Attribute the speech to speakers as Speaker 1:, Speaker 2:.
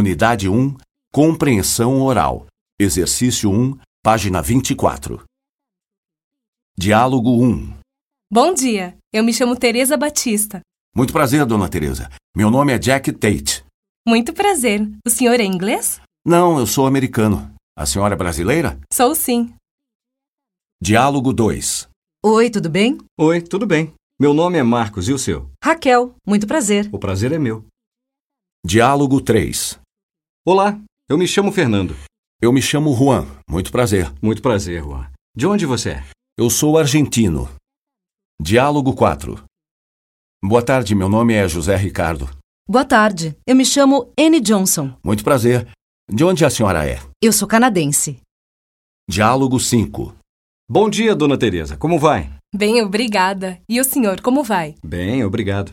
Speaker 1: Unidade 1 Compreensão Oral. Exercício 1, página 24. Diálogo 1.
Speaker 2: Bom dia, eu me chamo Teresa Batista.
Speaker 1: Muito prazer, dona Teresa. Meu nome é Jack Tate.
Speaker 2: Muito prazer. O senhor é inglês?
Speaker 1: Não, eu sou americano. A senhora é brasileira?
Speaker 2: Sou sim.
Speaker 1: Diálogo 2.
Speaker 3: Oi, tudo bem?
Speaker 4: Oi, tudo bem? Meu nome é Marcos e o seu?
Speaker 3: Raquel, muito prazer.
Speaker 4: O prazer é meu.
Speaker 1: Diálogo 3.
Speaker 4: Olá, eu me chamo Fernando.
Speaker 1: Eu me chamo Juan. Muito prazer.
Speaker 4: Muito prazer, Juan. De onde você é?
Speaker 1: Eu sou argentino. Diálogo 4. Boa tarde, meu nome é José Ricardo.
Speaker 3: Boa tarde, eu me chamo Anne Johnson.
Speaker 1: Muito prazer. De onde a senhora é?
Speaker 3: Eu sou canadense.
Speaker 1: Diálogo 5.
Speaker 4: Bom dia, dona Teresa. Como vai?
Speaker 2: Bem, obrigada. E o senhor, como vai?
Speaker 4: Bem, obrigado.